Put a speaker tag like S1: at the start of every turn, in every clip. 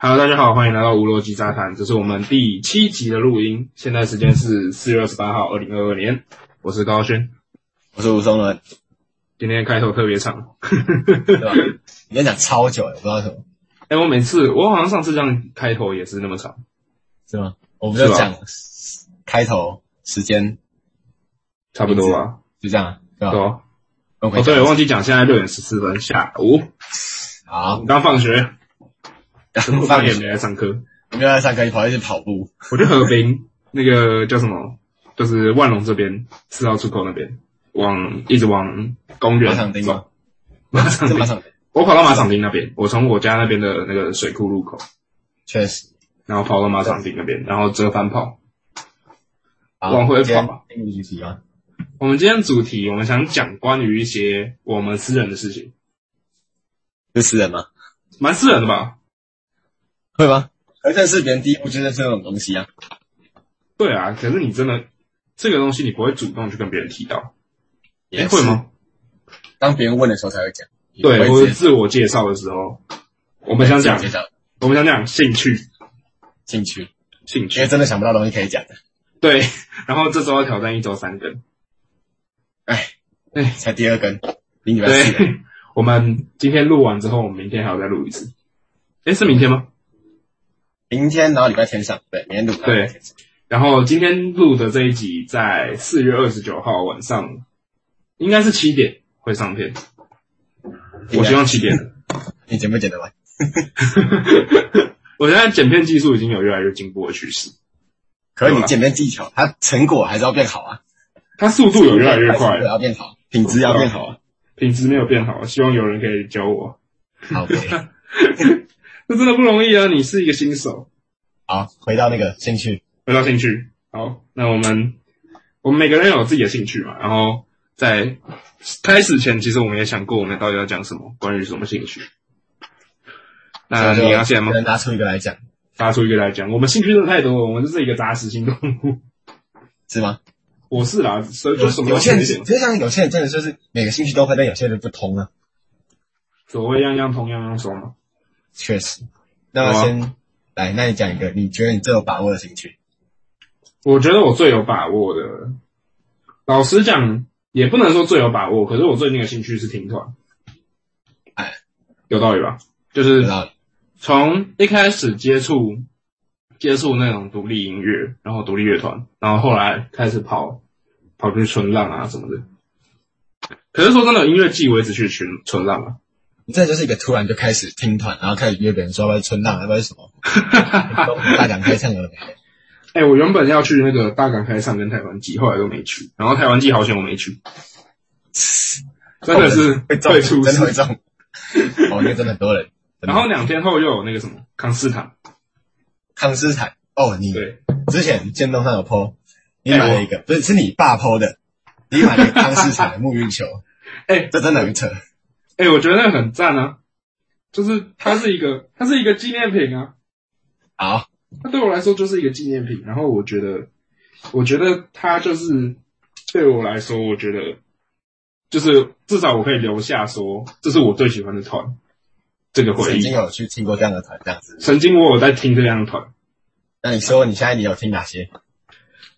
S1: Hello，大家好，欢迎来到无逻辑杂谈，这是我们第七集的录音。现在时间是四月二十八号，二零二二年，我是高轩。
S2: 我是吴松伦，
S1: 今天开头特别长，
S2: 对吧？你要讲超久了，我不知道为什么，
S1: 哎、我每次我好像上次这样开头也是那么长，
S2: 是吗？我们
S1: 是
S2: 就
S1: 吧
S2: 讲开头时间
S1: 差不多吧？
S2: 就这样啊，对吧？
S1: 对哦，哦
S2: 跟我回
S1: 对，
S2: 家
S1: 忘记讲，现在六点十四分，下午
S2: 好，
S1: 刚放学，
S2: 刚
S1: 放
S2: 放
S1: 也没
S2: 学，
S1: 来上课。
S2: 我们要来上课，你跑去跑步，
S1: 我去河滨那个叫什么，就是万隆这边四号出口那边，往一直往公园
S2: 马场町吗
S1: 走。马场
S2: 是
S1: 町
S2: 马，场，
S1: 我跑到马场町那边，我从我家那边的那个水库入口，
S2: 确实，
S1: 然后跑到马场町那
S2: 嗯
S1: 边，然后折返跑。
S2: 好
S1: 往回跑吧。
S2: 今天进入主题啊吗？
S1: 我们今天主题，我们想讲关于一些我们私人的事情，
S2: 是私人吗？
S1: 蛮私人的吧？
S2: 会吗？而认识别人第一步就是这种东西啊，
S1: 对啊，可是你真的这个东西，你不会主动去跟别人提到，哎，会
S2: 是？
S1: 吗？
S2: 当别人问的时候才会讲，
S1: 对，
S2: 不
S1: 或者
S2: 会直接
S1: 自我介绍的时候，我们想讲
S2: 直，接讲
S1: 我们想讲兴趣，
S2: 进去，
S1: 兴
S2: 因为
S1: 趣，
S2: 真的想不到东西可以讲的，
S1: 对。然后这周要挑战一周三更，
S2: 才第二根，离你们四个，
S1: 对。我们今天录完之后，我们明天还要再录一次。哎，是明天吗？
S2: 明天然后礼拜天上，对，明天录，然后礼拜天上
S1: 然后今天录的这一集在四月二十九号晚上，应该是七点会上片。我希望七点。
S2: 你剪不剪得完？
S1: 我现在剪片技术已经有越来越进步的趋势，
S2: 可是
S1: 对
S2: 你
S1: 吧
S2: 简单技巧，它成果还是要变好啊，
S1: 它速度有越来越快
S2: 成果，要变好，品质要变好啊。
S1: 品质没有变好，啊希望有人可以教我。
S2: 好，OK
S1: 这真的不容易啊！你是一个新手，
S2: 好，回到那个 兴趣，
S1: 回到兴趣。好，那我们我们每个人有自己的兴趣嘛，然后在开始前，其实我们也想过我们到底要讲什么，关于什么兴趣。那
S2: 所以就
S1: 啊你要先吗
S2: 只？能拿出一个来讲，
S1: 发出一个来讲，我们兴趣真的太多了，我们就是一个杂食性动物。
S2: 是吗？
S1: 我是啦，所以就什么
S2: 有
S1: 都
S2: 些
S1: 学
S2: 人
S1: 一点，
S2: 就像有些人真的就是每个兴趣都会，但有些人不通啊，
S1: 所谓样样通样样松嘛。
S2: 确实。那
S1: 好啊
S2: 先来，那你讲一个你觉得你最有把握的兴趣，
S1: 我觉得我最有把握的，老实讲，也不能说最有把握，可是我最近的兴趣是听团，
S2: 哎，
S1: 有道理吧？就
S2: 知
S1: 是
S2: 道了？
S1: 从一开始接触接触那种独立音乐，然后独立乐团，然后后来开始跑跑去春浪啊什么的。可是说真的，音乐季我也只去春春浪啊，
S2: 你这就是一个突然就开始听团，然后开始约别人说要不要去春浪，要不要去什 么，都大讲开唱有的没的，
S1: 哎、我原本要去那个大港开唱跟台湾季，后来都没去。然后台湾季好险我没去，真的是
S2: 会中
S1: 会出
S2: 真的会
S1: 事。
S2: 中。哦，那真的很多人。真的
S1: 然后两天后又有那个什么康斯坦，
S2: 康斯坦，哦，你
S1: 对，哎
S2: 之前建东上有 PO，你买了一个，不是是你爸 PO 的，你买了 一个康斯坦的沐浴球，
S1: 哎
S2: 这真的很扯，
S1: 哎、我觉得那个很赞啊，就是它是一个它是一个纪念品啊，
S2: 好，
S1: 它对我来说就是一个纪念品。然后我觉得，我觉得它就是对我来说，我觉得就是至少我可以留下说，这是我最喜欢的团，这个回
S2: 曾
S1: 忆
S2: 经。有去听过这样的团这样子。
S1: 曾经我有在听这样的团。
S2: 那你说你现在你有听哪些？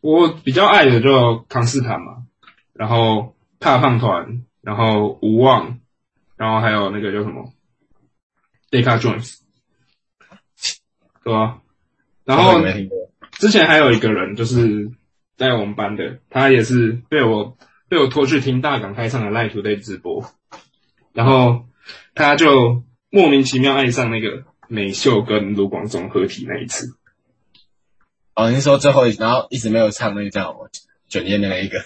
S1: 我比较爱的就康斯坦嘛，然后怕胖团，然后无望，然后还有那个叫什么 Deca Jones，对吧、然
S2: 我
S1: 后
S2: 没听过，
S1: 之前还有一个人就是在我们班的，他也是被我被我拖去听大港开唱的 Live Today 直播，然后他就莫名其妙爱上那个美秀跟卢广仲合体那一次。
S2: 哦，你说最后一然后一直没有唱那个叫什么卷烟的那一个，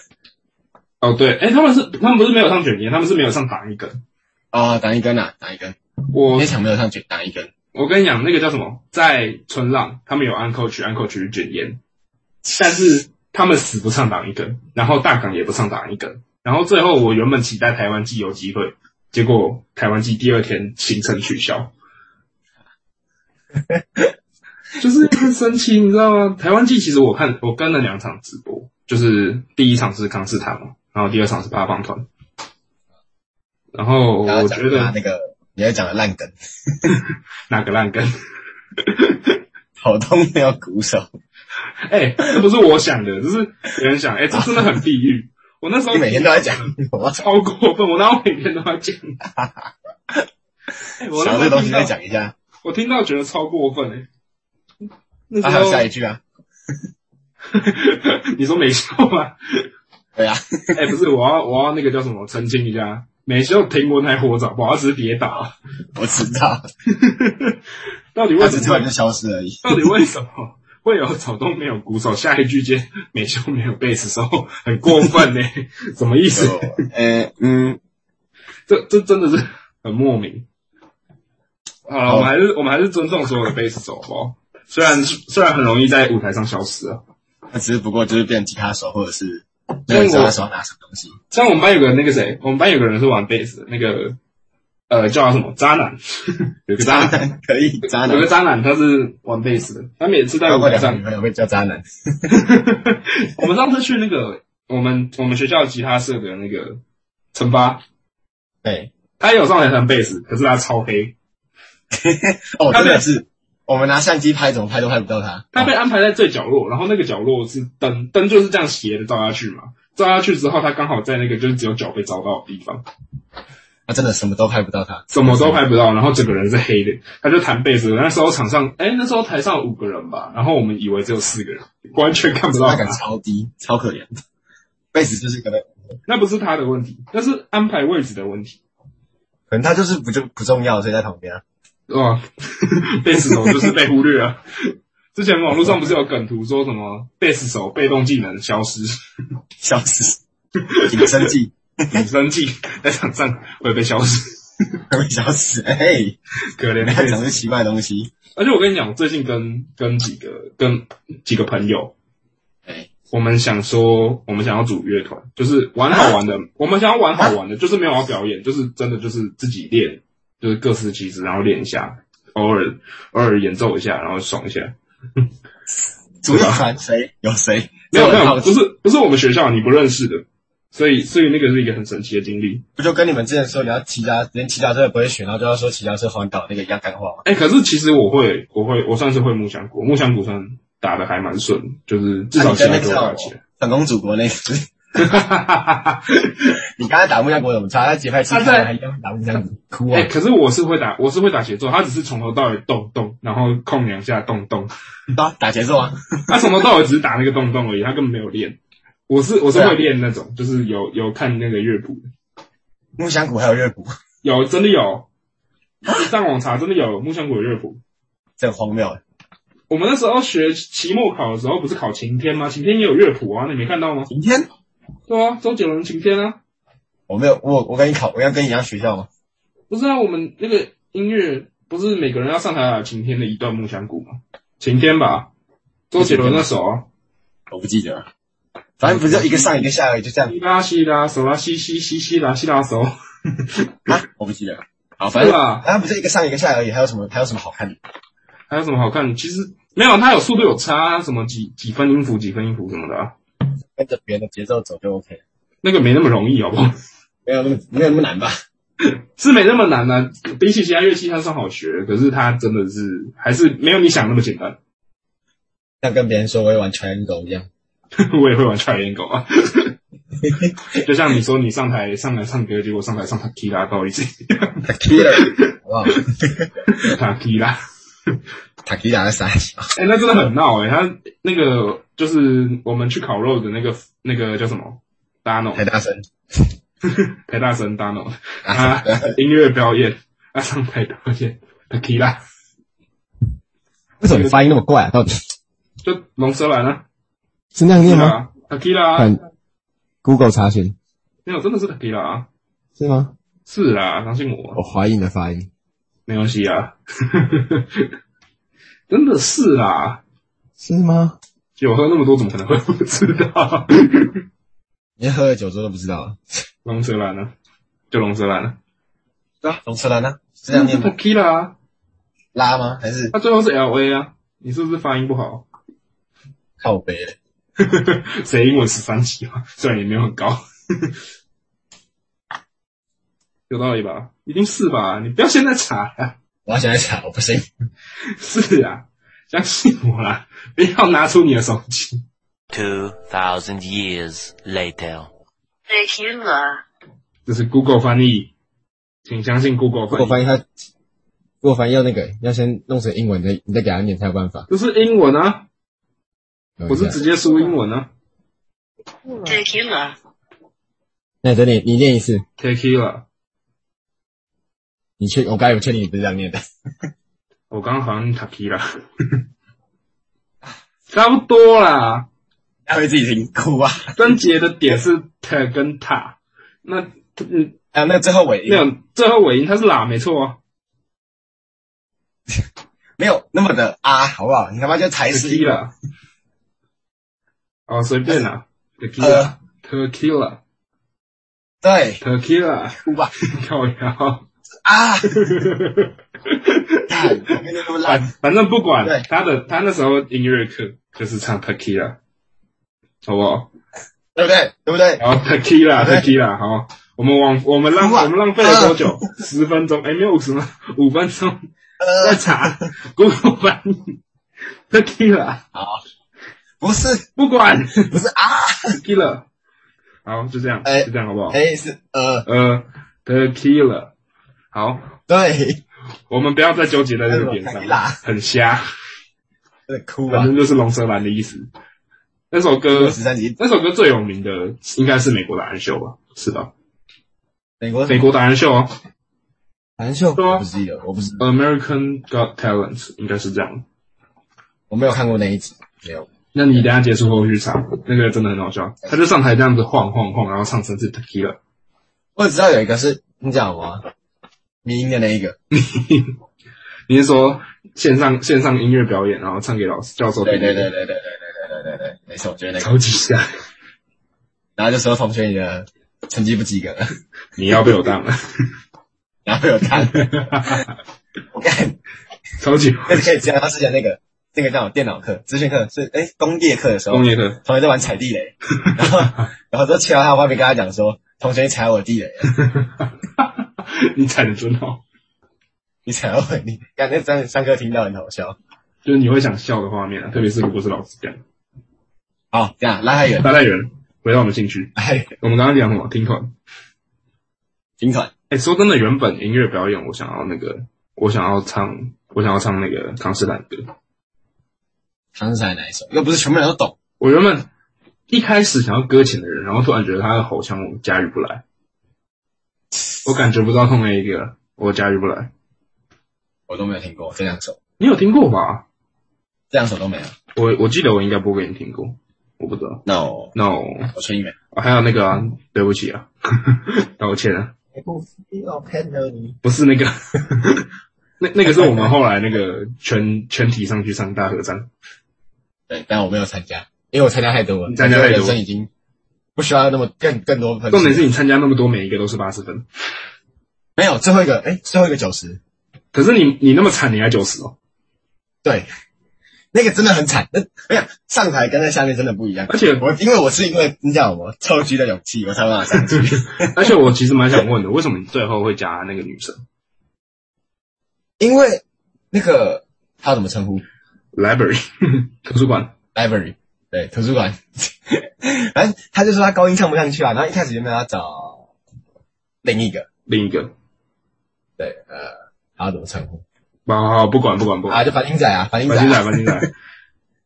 S1: 哦，对，哎，他们是他们不是没有上卷烟，他们是没有上打一根。
S2: 哦，打一根啊，打一根，
S1: 我
S2: 那场没有唱卷，打一根，
S1: 我跟你讲，那个叫什么，在春浪，他们有安扣曲，安扣曲卷烟，但是他们死不唱党一根，然后大港也不唱党一根，然后最后我原本期待台湾季有机会，结果台湾季第二天行程取消，就是很神奇，你知道吗？台湾季其实我看我跟了两场直播，就是第一场是康斯坦嘛，然后第二场是八棒团。然后
S2: 然后
S1: 我
S2: 讲
S1: 觉得
S2: 他那个你要讲的烂梗，
S1: 哪个烂梗？
S2: 好痛没有 鼓手，
S1: 哎、这不是我想的，这是 别人想。哎、这真的很地狱。我那时候
S2: 你每天都在讲，我
S1: 超过 分，我哪有每天都要 讲？哎我那
S2: 想
S1: 时候
S2: 这东西
S1: 听到
S2: 再讲一下。
S1: 我听到觉得超过分哎、那
S2: 啊，
S1: 时
S2: 还有
S1: 候、
S2: 下一句啊，
S1: 你说美秀吗？
S2: 对啊，
S1: 哎、不是，我要我要那个叫什么澄清一下，美秀停文还活着，好不好？他只是跌倒，
S2: 我知道，
S1: 到底为
S2: 他只
S1: 什
S2: 突然就
S1: 么？
S2: 消失而已。
S1: 到底为什么会有草东没有鼓手？下一句接美秀没有贝斯手，很过分呢、什么意思？
S2: 就呃嗯，
S1: 这这真的是很莫名。好了，
S2: 好
S1: 我们还是我们还是尊重所有的贝斯手，好不好？虽然虽然很容易在舞台上消失啊，
S2: 那只是不过就是变吉他手，或者是没有人知道他手上拿什么东西。
S1: 像我们班有个那个谁，我们班有个人是玩贝斯的，那个呃叫他什么渣男，有个渣
S2: 渣
S1: 男，
S2: 男可以，渣男
S1: 有个渣男他是玩贝斯的，他每次在
S2: 包
S1: 舞
S2: 括
S1: 台
S2: 两个
S1: 上
S2: 女，朋友会叫渣男。
S1: 我们上次去那个我们我们学校吉他社的那个惩罚，
S2: 对，
S1: 他也有上台弹贝斯，可是他超黑，
S2: 哦，
S1: 他
S2: 真
S1: 被
S2: 的是，我们拿相机拍，怎么拍都拍不到他。哦
S1: 他被安排在最角落，然后那个角落是灯，灯就是这样斜的照下去嘛，照下去之后他刚好在那个就是只有脚被照到的地方，
S2: 他真的什么都拍不到他，
S1: 什么都拍不到，然后整个人是黑的，他就弹贝斯。那时候场上，哎、那时候台上有五个人吧，然后我们以为只有四个人，完全看不到
S2: 他
S1: 他
S2: 感。超低，超可怜。贝斯就是可能，
S1: 那不是他的问题，那是安排位置的问题。
S2: 可能他就是不就不重要，所以在旁边啊。
S1: 哇， 贝斯手就是被忽略了。之前网络上不是有梗图说什么贝斯手被动技能消失，
S2: 笑死，隐身技
S1: 女生技在场上会被消失，
S2: 还会消失，哎，
S1: 可怜的
S2: 他
S1: 贝
S2: 讲
S1: 斯。
S2: 是奇怪的东西。
S1: 而且我跟你讲，我最近跟跟几个跟几个朋友，
S2: 哎，
S1: 我们想说，我们想要组乐团，就是玩好
S2: 啊
S1: 玩的。我们想要玩好玩的，就是没有要表演，就是真的就是自己练，就是各司其职，然后练一下，偶尔偶尔演奏一下，然后爽一下。
S2: 组乐团谁有谁？
S1: 没有没
S2: 这我很
S1: 有，
S2: 好
S1: 不
S2: 奇，
S1: 是不是我们学校你不认识的，所以所以那个是一个很神奇的经历。
S2: 不就跟你们之前说你要骑脚，连骑脚车也不会选，然后就要说骑脚车环岛那个一样干话吗？
S1: 哎、可是其实我会我会我算是会木香鼓，木香鼓算打的还蛮顺，就是至
S2: 那
S1: 少
S2: 啊你
S1: 现
S2: 在那
S1: 在
S2: 个
S1: 给我打
S2: 叫
S1: 起来。
S2: 反攻祖国那 个，
S1: 哈哈哈哈
S2: 你刚才打木匠国怎么差？他节拍器
S1: 他在
S2: 还一样打木匠鼓，哭
S1: 哎、
S2: 啊！
S1: 可是我是会打，我是会打节奏，他只是从头到尾动动，然后空两下动动，
S2: 打打节奏啊！
S1: 他从头到尾只是打那个洞洞而已，他根本没有练。我是我是会练那种，就是有有看那个乐谱的，
S2: 木箱鼓还有乐鼓，
S1: 有真的有，上网查真的有木香果乐谱。
S2: 这很荒谬欸。
S1: 我们那时候学期末考的时候，不是考晴天吗？晴天也有乐谱啊，你没看到吗？
S2: 明天
S1: 对啊，周杰伦晴天啊，
S2: 我没有我我跟你考，我要跟你一样学校吗？
S1: 不是啊，我们那个音乐不是每个人要上台打晴天的一段木香鼓吗？晴天吧，周杰伦那首啊。
S2: 我不记得了，反正不是就一个上一个下而已，就这样
S1: 西拉西拉手拉西西西西拉西拉手，
S2: 啊！我不记得了。好，反
S1: 对
S2: 正
S1: 吧？
S2: 啊，不是一个上一个下而已，还有什么还有什么好看的？
S1: 还有什么好看？其实没有，它有速度有差，什么几几分音符、几分音符什么的、啊，
S2: 跟着别人的节奏走就 OK，了
S1: 那个没那么容易，好不好？
S2: 没有那么没有那么难吧？
S1: 是没那么难啊，比起其他乐器，它算好学，可是它真的是还是没有你想那么简单。
S2: 像跟别人说我也玩 triangle 一 样，
S1: 我也会玩 triangle 啊， 就像你说你上台上台唱歌，结果上台上 t a k i l a 高一 级
S2: 塔 q 拉，好不好？
S1: t a k i l a
S2: 塔 q 拉在傻笑，
S1: 哎、那真的很闹哎、他那个就是我们去烤肉的那个那个叫什么 Dano
S2: 太大声
S1: 裴大神 Dano，他
S2: 啊
S1: 啊音乐表演，他上台表演 t a k i l a
S2: 为什么你发音那么怪啊？到底
S1: 就龙舌兰啊
S2: 是那样念吗？啊
S1: ，Tequila Tequila，啊
S2: 看 Google 查询
S1: 没有，真的是 Tequila 啊，
S2: 是吗？
S1: 是啦，相信我，
S2: 我怀疑你的发音。
S1: 没关系啊， 真的是啦，
S2: 是吗？
S1: 酒喝那么多，怎么可能会不知道？
S2: 你喝了酒之后都不知道啊？
S1: 龙舌兰呢？就龙舌兰了，
S2: 对啊，龙舌兰呢？是这
S1: 这
S2: 样
S1: 是
S2: 念吗？
S1: Tequila 啊，
S2: 拉吗？还是
S1: 它最后是 L A 啊，你是不是发音不好？
S2: 靠背嘞，
S1: 谁英文十三级啊？虽然也没有很高， 有道理吧？一定是吧？你不要现在查呀、
S2: 我要现在查，我不信。
S1: 是啊，相信我啦，不要拿出你的手机。
S3: 2,000 years later.
S4: 这些了。
S1: 这是 Google 翻译，请相信 Google
S2: 如
S1: 翻
S2: 果
S1: 译。
S2: 翻译他，如果翻译要那个要先弄成英文的，你再给他念才有办法。
S1: 这是英文啊，我是
S2: 有一下
S1: 直接输英文啊。
S4: Tequila,
S2: 那你再念，你念一次，
S1: Tequila，
S2: 你确我刚才有确定你不是这样念的。
S1: 我刚刚好像 Tequila，差不多啦。
S2: 他会自己听哭啊！
S1: 分解的点是 t 跟 ta，那嗯，
S2: 还有那个最后尾音
S1: 没有最后尾音它是啦，没错啊
S2: 没有那么的啊，好不好？你他妈就才是一个
S1: tequila，哦随便啦
S2: 呃
S1: tequila tequila
S2: 对
S1: tequila，
S2: 哭吧
S1: 靠 腰，
S2: 啊！干我跟你那么
S1: 反
S2: 烂，
S1: 反正不管
S2: 对
S1: 他的他那时候音乐课就是唱 tequila，好不好？
S2: 对不对？对不对？
S1: 然后 tequila tequila 好，我们往我们浪
S2: 哭啊
S1: 我们浪费了多久？十分钟？哎，没有十分五分钟。在
S2: 呃，
S1: 查 Google 翻译 tequila，
S2: 不是，
S1: 不管
S2: 不是啊，
S1: tequila，好就这样，
S2: 哎
S1: 就这样好不好？
S2: 哎，是呃，
S1: 呃，tequila，好，
S2: 对，
S1: 我们不要再纠结在这个点上
S2: Tequila，
S1: 很瞎，
S2: 对，哭
S1: 反
S2: 啊！
S1: 正就是龙舌兰的意思。那首歌，
S2: 十三集，
S1: 那首歌最有名的应该是美国达人秀吧？是吧？
S2: 美国
S1: 美国达人秀哦
S2: 韩秀，
S1: 对啊
S2: 我不记得，我不是，
S1: ，American Got Talent 应该是这样。
S2: 我没有看过那一集，没有。
S1: 那你等一下结束后去查，那个真的很好笑。他就上台这样子晃晃晃，然后唱成是 tequila。
S2: 我只知道有一个是你讲吗？迷音的那一个，
S1: 你是说线上线上音乐表演，然后唱给老师教授听？
S2: 对对对对对对对对对对对，没错，就是那个。
S1: 超级像。
S2: 然后就说同学你的成绩不及格，
S1: 你要被我当了，
S2: 然后被我看，我看
S1: 超级
S2: 那你可以知道他之前那个那个叫什么电脑课、资讯课是哎工业课的时候，
S1: 工业课，
S2: 同学在玩踩 地雷，然后然后都切到他外面跟他讲说，同学你踩我地雷 了，
S1: 你踩的哦真好。
S2: 你踩到我地雷，感觉上上课听到很好笑。
S1: 就是你会想笑的画面啊，特别是如果是老师讲。
S2: 好，这样拉 太远，
S1: 大太远，回到我们兴趣，
S2: 拉太远，
S1: 我们刚刚讲什么？听团。
S2: 听团
S1: 哎、说真的，原本音乐表演我想要那个，我想要唱，我想要唱那个康斯坦歌。
S2: 唐诗才哪一首？又不是全部人都懂，
S1: 我原本一开始想要搁浅的人，然后突然觉得他的吼腔我驾驭不来，我感觉不到痛的一个，我驾驭不来。
S2: 我都没有听过这两首，
S1: 你有听过吧？
S2: 这两首都没有。
S1: 我我记得我应该播给你听过，我不知道。
S2: 那我
S1: no，、
S2: 我确定没。
S1: 哦还有那个啊、对不起啊， 道歉啊，
S2: 我骗了你，
S1: 不是那个， 那那个是我们后来那个全全体上去唱大合唱，
S2: 对，哎但我没有参加，因为我参加太多了，
S1: 你参加太多
S2: 我人生已经不需要那么更更多分数。
S1: 重点是你参加那么多，每一个都是八十分，
S2: 没有最后一个，哎，最后一个九十，
S1: 可是你你那么惨，你还九十哦，
S2: 对，那个真的很惨。那哎呀，上台跟在下面真的不一样。
S1: 而且
S2: 我因为我是因为你知道我凑齐的勇气，我才办法上去。
S1: 而且我其实蛮想问的，为什么你最后会加那个女生
S2: 因为那个他怎么称呼
S1: library 图书馆？
S2: ？library，对，图书馆。 反正他就说他高音唱不上去啊，然后一开始原本要找另一个，
S1: 另一个，
S2: 对，呃，他怎么称呼
S1: 不好好不管不管不
S2: 啊？
S1: 管，
S2: 就樊英仔啊，樊英仔、
S1: 樊金仔
S2: 啊，
S1: 樊金仔，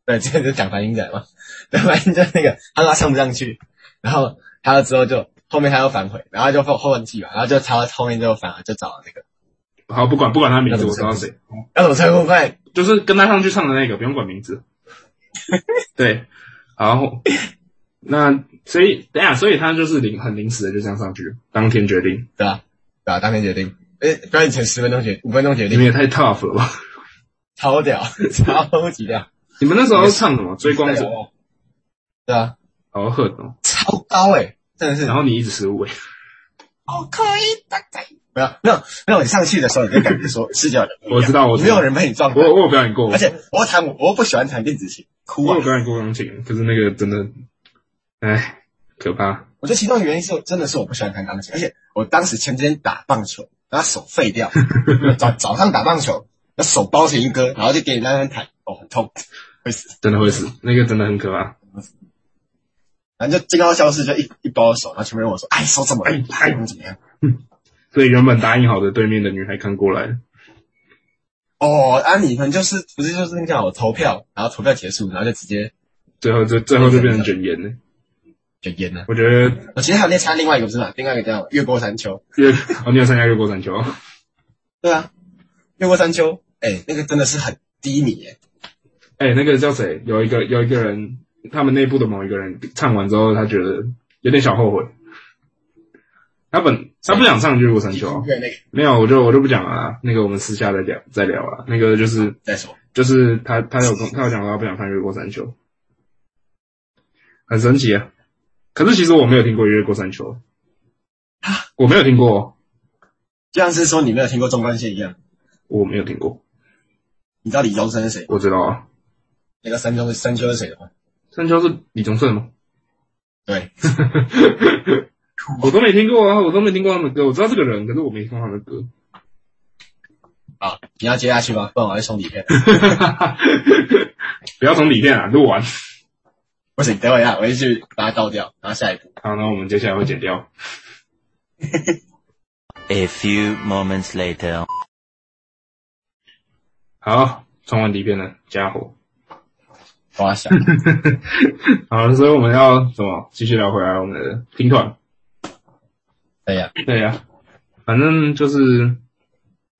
S2: 对，之前就讲樊英仔嘛， 对，樊英仔那个他说他唱不上去，然后他之后就后面他又反悔，然后就后后问题嘛，然后就他后面就反而就找那个。
S1: 好不管不管他名字，
S2: 那怎
S1: 我
S2: 么
S1: 知道谁，
S2: 要怎么称呼？快，
S1: 就是跟他上去唱的那个，不用管名 字。对，然后那所以等一下，所以他就是临很临时的就这样上去，当天决定。
S2: 对吧、对吧、当天决定，诶，表演前十分钟决，五分钟决
S1: 你们
S2: 定，
S1: 也太 tough 了吧？
S2: 超屌， 超级屌，
S1: 你们那时候唱什么？追光者，
S2: 对啊，
S1: 好狠哦！
S2: 超高诶、真的是
S1: 然后你一直失误，
S2: 好可以，大概没有没有没有，你上去的时候你就感觉说视角有不一样
S1: 我知道我知
S2: 没
S1: 道
S2: 有人被你撞
S1: 我
S2: 到，
S1: 我有表演过，
S2: 而且我弹我又不喜欢弹电子琴，哭
S1: 我
S2: 啊
S1: 有！表演过钢琴，可是那个真的，哎，可怕。
S2: 我觉得其中一个原因是真的是我不喜欢弹钢琴，而且我当时前几天打棒球，然后手废掉， 早早上打棒球，那手包成一个，然后就给你那边弹，哦，很痛，会死。
S1: 真的会死，那个真的很可怕。
S2: 然后就进到教室就一一包手，然后前面问我说：“哎，手怎么了？哎，你怎么样
S1: 所以原本答应好的对面的女孩看过来了，？”
S2: 哦，啊，你们就是不是就是那个我投票，然后投票结束，然后就直接
S1: 最后就最后就变成卷烟了。
S2: 就淹了。哦
S1: 我觉得
S2: 我其实还有那参另外一个不是嘛，另外一个叫越过山丘，
S1: 越 哦，你有参加越过 山丘？
S2: 对啊，越过山丘，哎，那个真的是很低迷耶，
S1: 哎、那个叫谁？有一个有一个人，他们内部的某一个人唱完之后，他觉得有点小后悔。他本他不想唱越过山丘啊，
S2: 对那个
S1: 没有，我就我就不讲了啊。那个我们私下再聊再聊啊。那个就是
S2: 再说，
S1: 就是他他有跟他有讲到他不想看越过山丘，很神奇啊。可是其实我没有听过越过山丘，我没有听过，
S2: 就像是说你没有听过纵贯线一样，
S1: 我没有听过，
S2: 你知道李宗盛是谁？
S1: 我知道啊。
S2: 那个山丘山丘是谁的吗？
S1: 山丘是李宗盛吗？
S2: 对，
S1: 我都没听过啊，我都没听过他们的歌，我知道这个人，可是我没听过他们的歌。
S2: 好，你要接下去吗？不然我要送底片。
S1: 不要从里面啊，录完。
S2: 不行，等我一下，我就去把它倒掉，然后下一步。
S1: 好，那我们接下来会剪掉。
S3: A few moments later.
S1: 好，传完底片了，家伙。
S2: 我要 想，
S1: 好，所以我们要怎么继续聊回来我们的听团？
S2: 对呀、
S1: 对呀、反正就是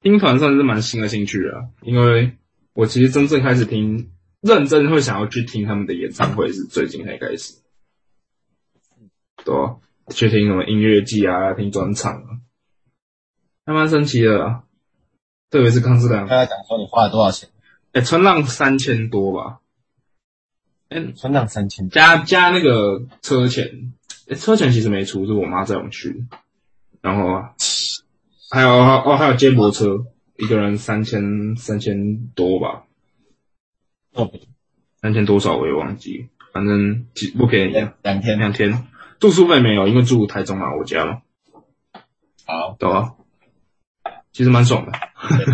S1: 听团算是蛮新的兴趣了，因为我其实真正开始听，认真会想要去听他们的演唱会是最近才开始，对啊、去听什么音乐季啊，听专场啊，还蛮神奇的啊。特别是康斯坦
S2: 啊，刚才讲说你花了多少钱？
S1: 哎、春浪三千多吧？哎、
S2: 村长三千，
S1: 加加那个车钱，哎、车钱其实没出，是我妈载我们去的。然后啊，还有哦，还有接驳车，一个人三千三千多吧，
S2: 哦，
S1: 三千多少我也忘记，反正几不便宜啊。
S2: 两两天。
S1: 两天住宿费没有，因为住台中嘛，我家嘛，
S2: 好，
S1: 懂吧？其实蛮爽的，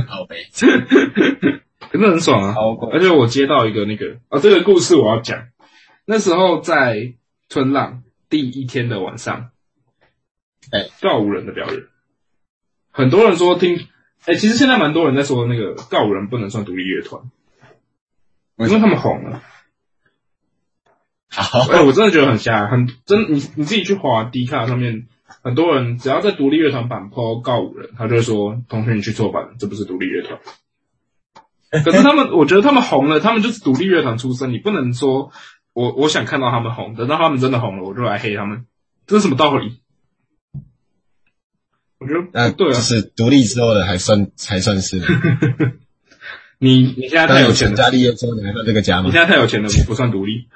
S2: 好呗。
S1: 真的很爽啊！
S2: 超贵
S1: 而且我接到一个那个啊、这个故事我要讲。那时候在春浪第一天的晚上，
S2: 哎
S1: 告五人的表演，很多人说听，哎、其实现在蛮多人在说那个告五人不能算独立乐团，因
S2: 为什
S1: 为
S2: 么
S1: 他们红了。
S2: 好，
S1: 哎、我真的觉得很瞎，很真。你你自己去滑 D 卡上面，很多人只要在独立乐团版 PO 告五人，他就会说：“同学，你去错版了，这不是独立乐 团。”可是他们，我觉得他们红了，他们就是独立乐团出身，你不能说我我想看到他们红，等到他们真的红了，我就来黑他们，这是什么道理？我觉得
S2: 那
S1: 不对啊
S2: 就，是独立之后的还算还算 是，
S1: 你你现在
S2: 当
S1: 太
S2: 有
S1: 有钱
S2: 成
S1: 了，
S2: 家立业之后，你还算这个家
S1: 你
S2: 吗？
S1: 现在太有钱了，不算独立。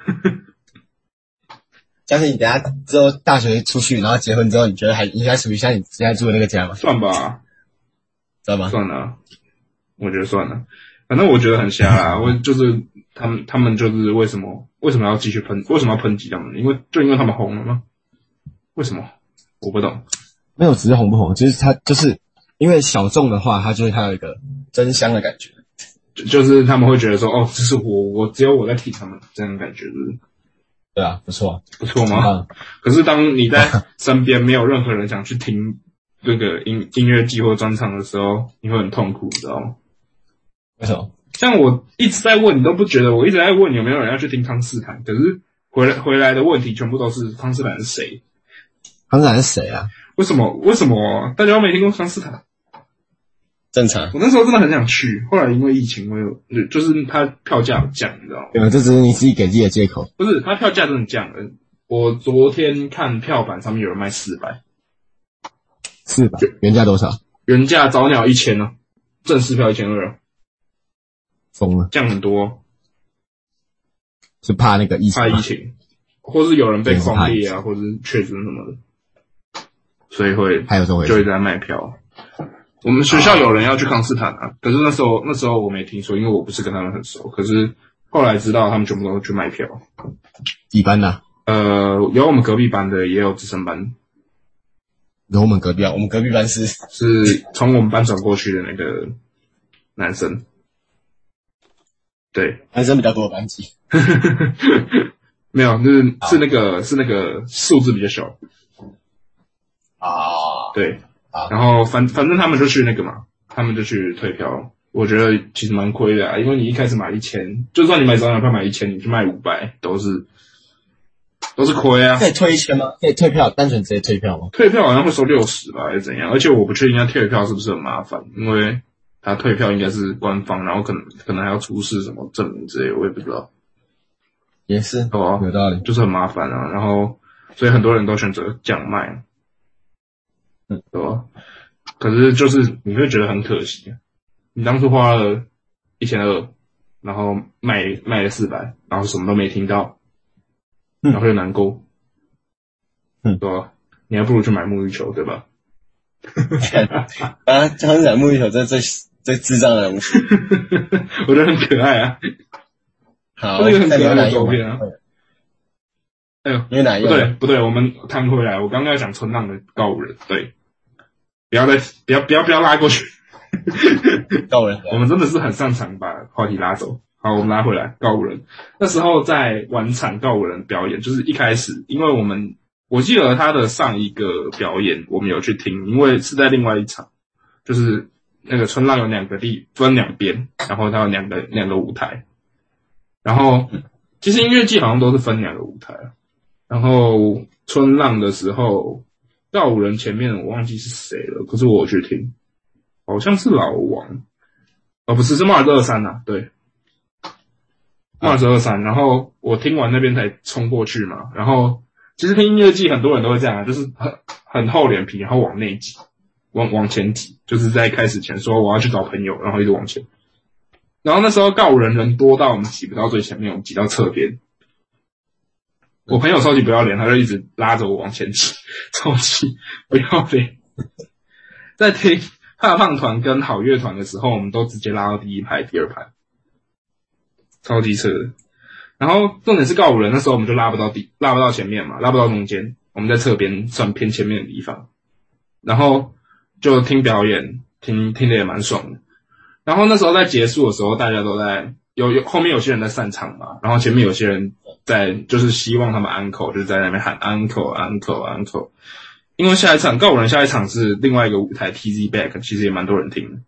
S2: 但是你等下之后大学出去，然后结婚之后，你觉得还应该属于像你现在住的那个家吗？
S1: 算吧，
S2: 知道吗？
S1: 啊算了，我觉得算了，反正我觉得很瞎啦。我就是他们，他们就是为什么为什么要继续喷，为什么要抨击他们？因为就因为他们红了吗？为什么？我不懂。
S2: 没有，只是红不红，就是他就是因为小众的话，他就会他有一个真香的感觉。
S1: 就就是他们会觉得说，哦，这是我，我只有我在替他们，这样的感觉就是
S2: 对啊，不错，啊
S1: 不错
S2: 很
S1: 吗？
S2: 棒。
S1: 可是当你在身边没有任何人想去听这个音音乐季或专场的时候，你会很痛苦，你知道吗？
S2: 为什么？
S1: 像我一直在问，你都不觉得我一直在问有没有人要去听康斯坦，可是回来回来的问题全部都是康斯坦是谁？
S2: 康斯坦是谁啊？
S1: 为什么？为什么大家都没听过康斯坦？
S2: 正常。
S1: 我那时候真的很想去，后来因为疫情，我有就就是它票价有降，你知道吗？
S2: 对吧？这只是你自己给自己的借口。
S1: 不是，它票价真的降了。我昨天看票板上面有人卖四百，
S2: 是吧？原价多少？
S1: 原价早鸟一千呢，正式票一千二，啊
S2: 疯了，
S1: 降很多，
S2: 是怕那个疫情
S1: 怕
S2: 吗。
S1: 疫情，或是有人被狂裂啊，或是确诊什么的，所以会
S2: 还有这回
S1: 就一
S2: 事？
S1: 直在卖票。我们学校有人要去康斯坦啊，可是那时候那时候我没听说，因为我不是跟他们很熟。可是后来知道他们全部都去卖票。
S2: 几班的啊、
S1: 呃，有我们隔壁班的，也有直升班，
S2: 有我们隔壁啊，我们隔壁班是
S1: 是从我们班转过去的那个男生。对，
S2: 男生比较多的班级，
S1: 没有，就是是那个是那个数字比较小，
S2: 啊，
S1: 对
S2: 啊，
S1: 然后反反正他们就去那个嘛，他们就去退票。我觉得其实蛮亏的啊，因为你一开始买一千，就算你买早鸟票买一千，你去卖五百，都是都是亏啊。
S2: 可以退一圈吗？可以退票，单纯直接退票吗？
S1: 退票好像会收六十吧，还是怎样？而且我不确定他退票是不是很麻烦，因为他退票应该是官方，然后可能可能还要出示什么证明之类的，我也不知道。
S2: 也是，
S1: 对啊，
S2: 有道理。
S1: 就是很麻烦啊。然后，所以很多人都选择降卖，
S2: 嗯，
S1: 对吧？可是就是你会觉得很可惜，你当初花了一千二，然后卖卖了四百，然后什么都没听到，
S2: 嗯
S1: 然后又难过，
S2: 嗯
S1: 对吧？你还不如去买沐浴球，对吧？
S2: 啊，康斯坦沐浴球这最最智障的东西。
S1: 我觉得很可爱啊。
S2: 好，
S1: 这个很
S2: 那你
S1: 可爱
S2: 有
S1: 的
S2: 哪一
S1: 照
S2: 用吗
S1: 片啊哎呦，
S2: 你有哪一
S1: 不
S2: 用
S1: 对
S2: 吗？
S1: 不对，我们摊回来，我刚刚要讲村浪的告五人，对，不要再不要不要不要拉过去，
S2: 告人
S1: 我们真的是很擅长把话题拉走。好，我们拉回来告五人。那时候在晚场告五人表演，就是一开始，因为我们我记得他的上一个表演我们有去听，因为是在另外一场，就是那个春浪有两个地分两边，然后它有两个两个舞台，然后其实音乐季好像都是分两个舞台，然后春浪的时候告五人前面我忘记是谁了，可是我有去听，好像是老王。哦，不是，是 Mars 二三呐，对，Mars 二三。然后我听完那边才冲过去嘛。然后其实听音乐季很多人都会这样啊，就是很很厚脸皮，然后往内挤，往往前挤，就是在开始前说我要去找朋友，然后一直往前。然后那时候告五人人多到我们挤不到最前面，我们挤到侧边。我朋友超级不要脸，他就一直拉着我往前挤，超级不要脸。在听怕胖团跟好乐团的时候，我们都直接拉到第一排、第二排，超级扯的。然后重点是告五人那时候我们就拉不到底，拉不到前面嘛，拉不到中间，我们在侧边算偏前面的地方。然后就听表演，听听的也蛮爽的。然后那时候在结束的时候，大家都在有有后面有些人在散场嘛，然后前面有些人在就是希望他们 uncle 就是在那边喊 uncle uncle uncle，因为下一场告五人下一场是另外一个舞台 TZ Back，其实也蛮多人听的。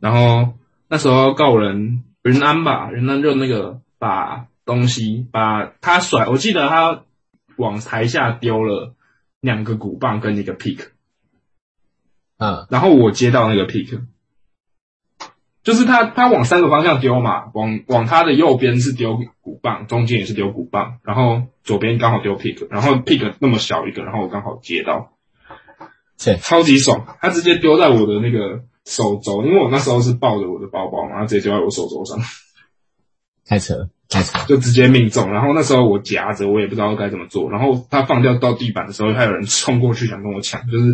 S1: 然后那时候告五人云安吧，云安就那个把东西把他甩，我记得他往台下丢了两个鼓棒跟一个 pick，
S2: 啊，
S1: 然后我接到那个 pick，就是他他往三个方向丢嘛，往往他的右边是丢鼓棒，中间也是丢鼓棒，然后左边刚好丢 pick，然后 pick 那么小一个，然后我刚好接到，
S2: 是
S1: 超级爽，他直接丢在我的那个手肘，因为我那时候是抱着我的包包嘛，他直接丢在我手肘上，
S2: 太扯了，太扯了。
S1: 就直接命中。然后那时候我夹着，我也不知道该怎么做。然后他放掉到地板的时候，还有人冲过去想跟我抢，就是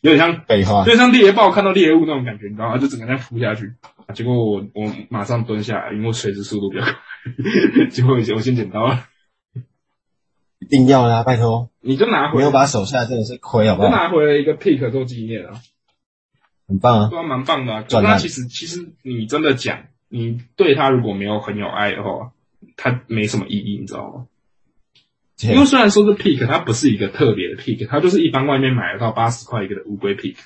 S1: 有点像
S2: 废话
S1: 就，像猎豹看到猎物那种感觉，你知道吗？就整个人扑下去。啊结果我我马上蹲下来，因为我垂直速度比较快。结果我先捡到了，
S2: 一定要啦，拜托，
S1: 你就拿回
S2: 没
S1: 来，
S2: 有把手下真的是亏，好不
S1: 就
S2: 好？
S1: 拿回了一个 pick 做纪念啊，
S2: 很棒啊，
S1: 对啊，蛮棒的、啊。可是
S2: 赚
S1: 他
S2: 烂
S1: 其实其实你真的讲，你对他如果没有很有爱的话，他没什么意义，你知道吗？因为虽然说是 pick，它不是一个特别的 pick，它就是一般外面买得到八十块一个的乌龟 pick。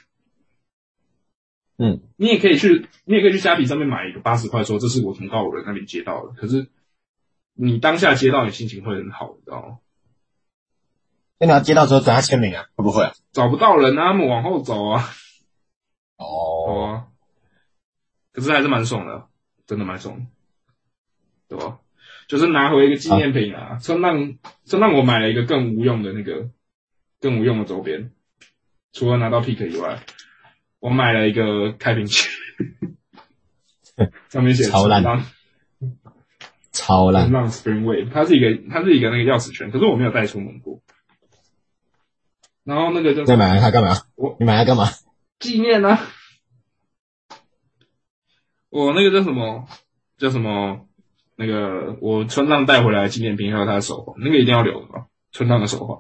S2: 嗯，
S1: 你也可以去，你也可以去虾皮上面买一个八十块，说这是我从告我的那边接到的。可是你当下接到，你心情会很好，你知道吗？
S2: 那哎你要接到之后找他签名啊，会不会啊？
S1: 找不到人啊，他们往后走啊，
S2: 哦，
S1: 走啊。可是还是蛮爽的，真的蛮爽的，对吧？就是拿回一个纪念品啊，春浪春浪我买了一个更无用的那个更无用的周边，除了拿到 pick 以外，我买了一个开瓶 器，上面写
S2: 超烂
S1: 春浪
S2: 超
S1: 春
S2: 烂，
S1: 浪 Spring Wave，它是一个它是一个那个钥匙圈，可是我没有带出门过。然后那个叫
S2: 再买来它干嘛
S1: 我？
S2: 你买来干嘛？
S1: 纪念啊。我那个叫什么叫什么那个我村上带回来的纪念品，还有他的手环，那个一定要留着吧。村上的手环，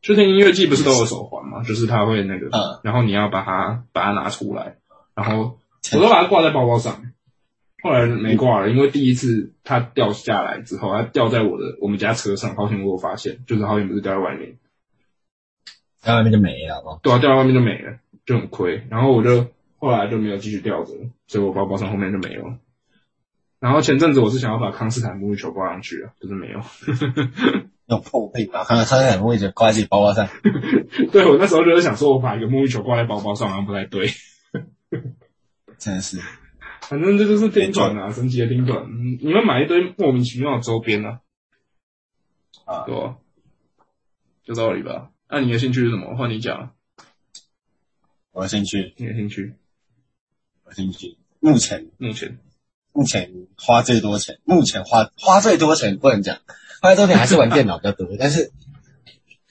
S1: 就听音乐季不是都有手环吗？就是他会那个，
S2: 嗯
S1: 然后你要把它把它拿出来，然后我都把它挂在包包上。后来没挂了，因为第一次它掉下来之后，它掉在我的我们家车上，好险我有发现，就是好险不是掉在外面，
S2: 在外面就没了嘛。
S1: 对啊，掉在外面就没了，就很亏。然后我就后来就没有继续吊着，所以我包包上后面就没有了。然后前阵子我是想要把康斯坦沐浴球挂上去啊，就是没有。
S2: 那种破病吧，看到他在我位置挂在自己包包上，
S1: 对我那时候就是想说，我把一个沐浴球挂在包包上，好像不太对。
S2: 真的是
S1: 反正这就是听转啊，神奇的听转。嗯你们买一堆莫名其妙的周边啊，
S2: 啊
S1: 对吧？有道理吧？那、你的兴趣是什么？换你讲啊，
S2: 我的兴趣，
S1: 你的兴趣
S2: 我的兴趣。目前
S1: 目前
S2: 目前花最多钱，目前花花最多钱不能讲，花最多钱还是玩电脑比较多，但是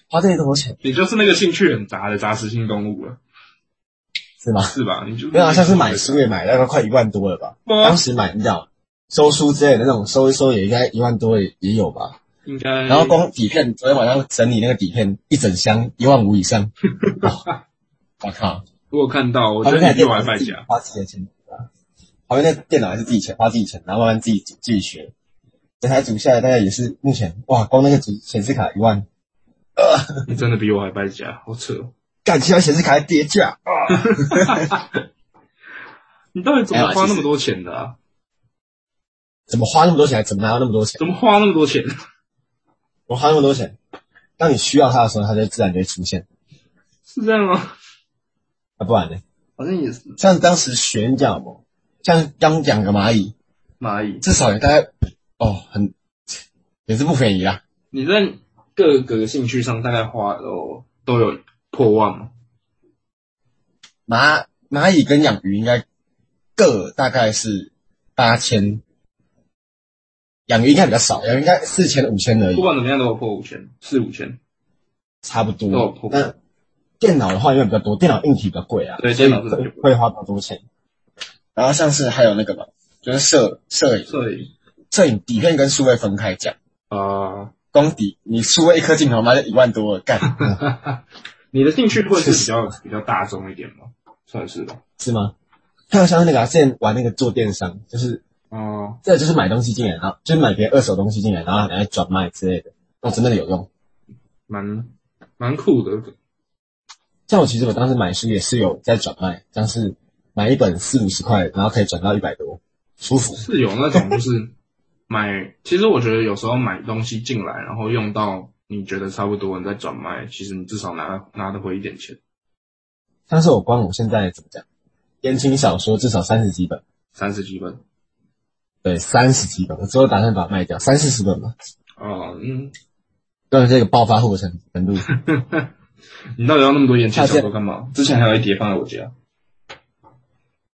S2: 花最多钱
S1: 你就是那个兴趣很杂的杂食性动物了，
S2: 是吗？
S1: 是啊吧？你就
S2: 没有，好啊像是买书也买大概快一万多了吧。
S1: 哇
S2: 当时买你知道，收书之类的那种收一收也应该一万多也也有吧。
S1: 应该，
S2: 然后光底片，昨天晚上整理那个底片一整箱一万五以 上，哦我靠！
S1: 我有看到，我
S2: 旁
S1: 觉得
S2: 边那
S1: 你比
S2: 电
S1: 我还
S2: 脑是
S1: 败
S2: 自己
S1: 家。
S2: 花自己的钱，啊旁边那电脑还是自己钱花自己钱，然后慢慢自己自己学。整台组下来大概也是目前哇，光那个主显示卡一万，
S1: 你真的比我还败家，好扯哦！
S2: 干，其他显示卡还跌价。
S1: 你到底怎么
S2: 没有
S1: 花
S2: 啊其实
S1: 那么多钱的啊？
S2: 怎么花那么多钱？怎么拿到那么多钱？
S1: 怎么花那么多钱？
S2: 我花那么多钱，当你需要它的时候，它就自然就会出现。
S1: 是这样吗？
S2: 啊，不然呢？
S1: 好像也是
S2: 像当时学你讲嘛，像刚讲个蚂蚁，
S1: 蚂蚁。
S2: 至少也大概哦，很也是不便宜啊啦。
S1: 你在各个兴趣上大概花都都有破万吗？
S2: 蚂蚂蚁跟养鱼应该各大概是八千，养鱼应该比较少，养鱼应该四千五千而已
S1: 不，管怎么样都有破五千，四五千。
S2: 差不
S1: 哦
S2: 多
S1: 不。
S2: 那电脑的话因为比较多，电脑硬体比较贵啊，
S1: 对
S2: 所以
S1: 电脑是比较
S2: 会
S1: 贵
S2: 会花比较多钱。然后像是还有那个嘛，就是摄摄影，
S1: 摄影
S2: 摄影底片跟数位分开讲，
S1: 啊，
S2: 光底你数位一颗镜头妈就一万多了，干
S1: 你的兴趣会 是比较比较大众一点吗？算是吧。
S2: 是吗？还有像那个、啊、之前玩那个做电商，就是
S1: 哦，
S2: 这就是买东西进来，然后就是买别人二手东西进来，然后拿来转卖之类的，那真的有用。
S1: 蛮蛮酷的。
S2: 像我其实我当时买书也是有在转卖，像是买一本四五十块，然后可以转到一百多，舒服。
S1: 是有那种就是买，其实我觉得有时候买东西进来，然后用到你觉得差不多，你再转卖，其实你至少拿拿得回一点钱，
S2: 但是我光我现在怎么讲，言情小说至少三十几本，
S1: 三十几本。
S2: 对，三十几本，我之后打算把它卖掉，三四十本吧，
S1: 哦，嗯，
S2: 就是这个暴发户的程程度。
S1: 你到底要那么多言情小说干嘛？之前还有一叠放在我家，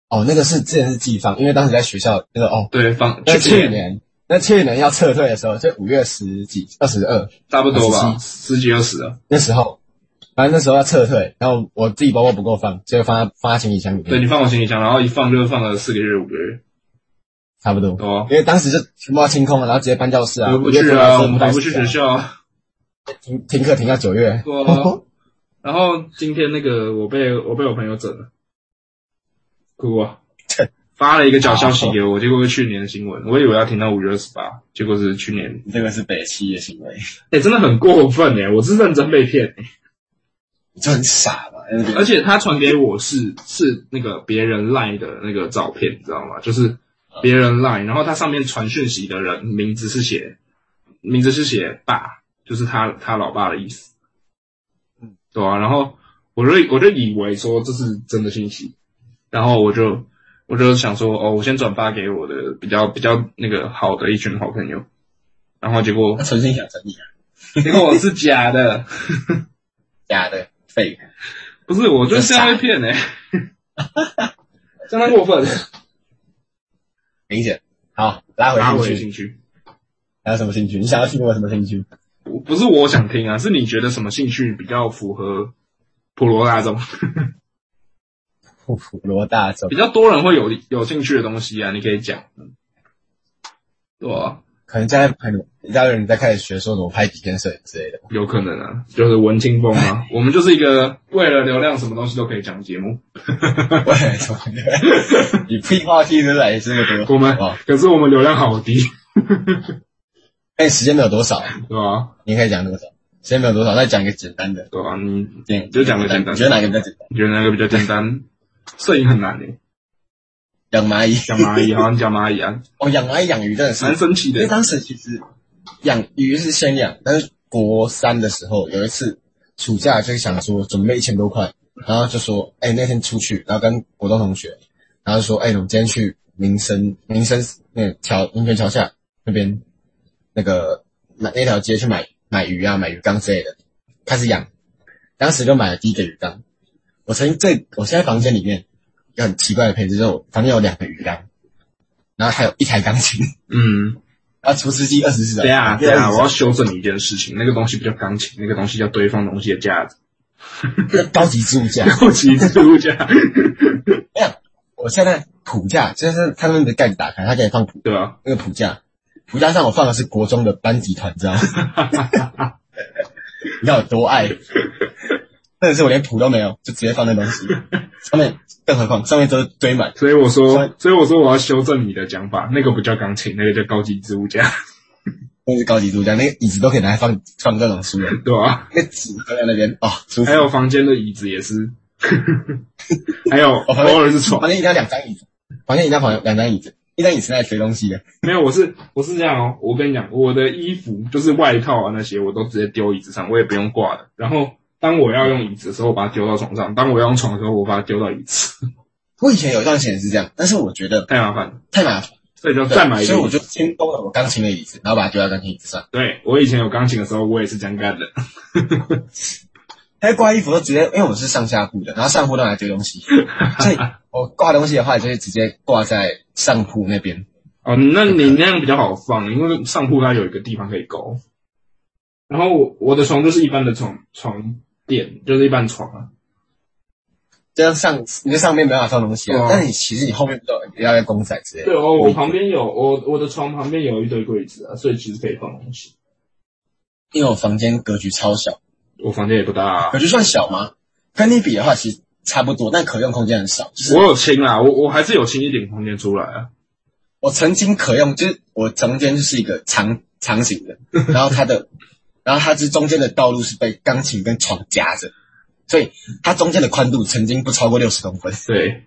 S2: 哦，那个是之前是寄放，因为当时在学校那个哦，
S1: 对，放
S2: 那
S1: 去
S2: 去
S1: 年
S2: 年那去年要撤退的时候，就五月十几二十二，
S1: 差不多吧，
S2: 27
S1: 十几二十啊。
S2: 那时候，反正那时候要撤退，然后我自己包包不够放，所以放在放在行李箱里
S1: 对
S2: 面，
S1: 你放我行李箱，然后一放就放了四个月、五个月，
S2: 差不多。
S1: 对啊，
S2: 因为当时就全部要清空了，然后直接搬教室啊，
S1: 回不去啊，我们回
S2: 还
S1: 不去学，校啊。
S2: 停停课停到九月。
S1: 对 啊
S2: 哦
S1: 然后今天那个我被我被我朋友整了，哭啊！发了一个假消息给我，结果是去年的新闻，我以为要停到五月二十八，结果是去年。
S2: 这个是北七的行为，
S1: 哎、真的很过分哎、我是认真被骗、欸，
S2: 你就很傻吧？那个
S1: 而且他传给我是是那个别人赖的那个照片，你知道吗？就是别人赖，然后他上面传讯息的人名字是写名字是写爸，就是他他老爸的意思。
S2: 嗯，
S1: 对啊，然后我就我就以为说这是真的信息，然后我就我就想说哦，我先转发给我的比较比较那个好的一群好朋友，然后结果
S2: 他存心想整你啊，
S1: 结果我是假的，
S2: 假的废的。
S1: 不是，我就是这样被骗呢、欸 相当过分。
S2: 明显。好，拉
S1: 拉
S2: 回
S1: 回
S2: 兴趣，
S1: 兴趣，
S2: 还有什么兴趣？你想要听我什么兴趣？
S1: 不不是 我想听啊，是你觉得什么兴趣比较符合普罗大众？
S2: 普普罗大众
S1: 比，较多人会有有兴趣的东西啊，你可以讲。对啊，
S2: 可能在很一大堆人在开始学说怎么拍底片摄影之类的。
S1: 有可能啊，就是文青风啊。 我们就是一个为了流量什么东西都可以讲的节目。
S2: 为什么呢？ 你屁话听得来这么 多？
S1: 我们
S2: 哦
S1: 可是我们流量好低，
S2: 那你哎时间没有多少，
S1: 对吧？
S2: 你可以讲多少？时间没有多少，再讲一个简单的。
S1: 对啊，你
S2: 简
S1: 就讲个简单
S2: 你觉得哪个比较简单？
S1: 你觉得哪个比较简 单？摄影很难欸诶、
S2: 养蚂蚁。
S1: 讲蚂蚁，好像讲蚂蚁啊，
S2: 哦，养蚂蚁养鱼真的是
S1: 蛮神奇
S2: 因为
S1: 的。
S2: 当时其实养鱼是先养，但是国三的时候有一次暑假就是想说准备一千多块，然后就说，哎、那天出去，然后跟国栋同学，然后就说，哎、我们今天去民生民生那个桥民权桥下那边那个那那条街去买买鱼啊，买鱼缸之类的，开始养。当时就买了第一个鱼缸。我曾经最我现在房间里面有很奇怪的配置，就是我房间有两个鱼缸，然后还有一台钢琴。
S1: 嗯，
S2: 啊，厨师机二十四小
S1: 对
S2: 时。
S1: 啊，对啊，我要
S2: 我
S1: 修正一件事情，那个东西不叫钢琴，那个东西叫堆放东西的架 子，
S2: 要高级置物架。
S1: 高级置物架，
S2: 我现在谱架，就是它那个盖子打开，它可以放谱
S1: 对吧、
S2: 那个谱架。谱架上我放的是国中的班级团照， 你知道有多爱？真的是我连谱都没有，就直接放那东西。上面更何况上面都堆满，
S1: 所以我
S2: 所以
S1: 说，所以我说我要修正你的讲法，那个不叫钢琴，那个叫高级置物架，
S2: 那是高级置物架，那个椅子都可以拿来放放各种书了。
S1: 对吧、
S2: 那个纸放在那边哦，舒服
S1: 还。有房间的椅子也是， 还 有
S2: 哦房间
S1: 偶尔是床
S2: 房。间一定要两张椅子，房间一定要两两张椅子，一张椅子拿来堆东西的。
S1: 没有，我是我是这样哦。我跟你讲，我的衣服就是外套啊那些，我都直接丢椅子上，我也不用挂的。然后当我要用椅子的时候，我把它丢到床上；当我要用床的时候，我把它丢到椅子，
S2: 我以前有一段时间也是这样，但是我觉得
S1: 太麻烦了。
S2: 太麻烦。
S1: 所以就
S2: 对
S1: 再买一
S2: 所
S1: 个
S2: 以我
S1: 椅子。
S2: 就先勾了我钢琴的椅子，然后把它丢到钢琴椅子上。
S1: 对我以前有钢琴的时候，我也是这样干的。
S2: 它挂衣服都直接，因为我们是上下铺的，然后上铺都拿来丢 东西，所以我挂东西的话就是直接挂在上铺那边。
S1: 哦，那你那样比较好放，因为上铺它有一个地方可以勾。然后我我的床就是一般的床床垫，就是一般床啊。
S2: 这样上，你在上面没办法放东西啊
S1: 哦。
S2: 但你其实你后面不都有要公仔之类的
S1: 对，哦，我旁边有我我的床旁边有一堆柜子啊，所以其实可以放东西。
S2: 因为我房间格局超小，
S1: 我房间也不大、啊，
S2: 格局算小吗？跟你比的话，其实差不多，但可用空间很少。就是
S1: 我有清啊，我我还是有清一点空间出来啊。
S2: 我曾经可用，就是我中间就是一个长 长形的，然后它的， 然后它这中间的道路是被钢琴跟床夹着，所以它中间的宽度曾经不超过六十公分，
S1: 对，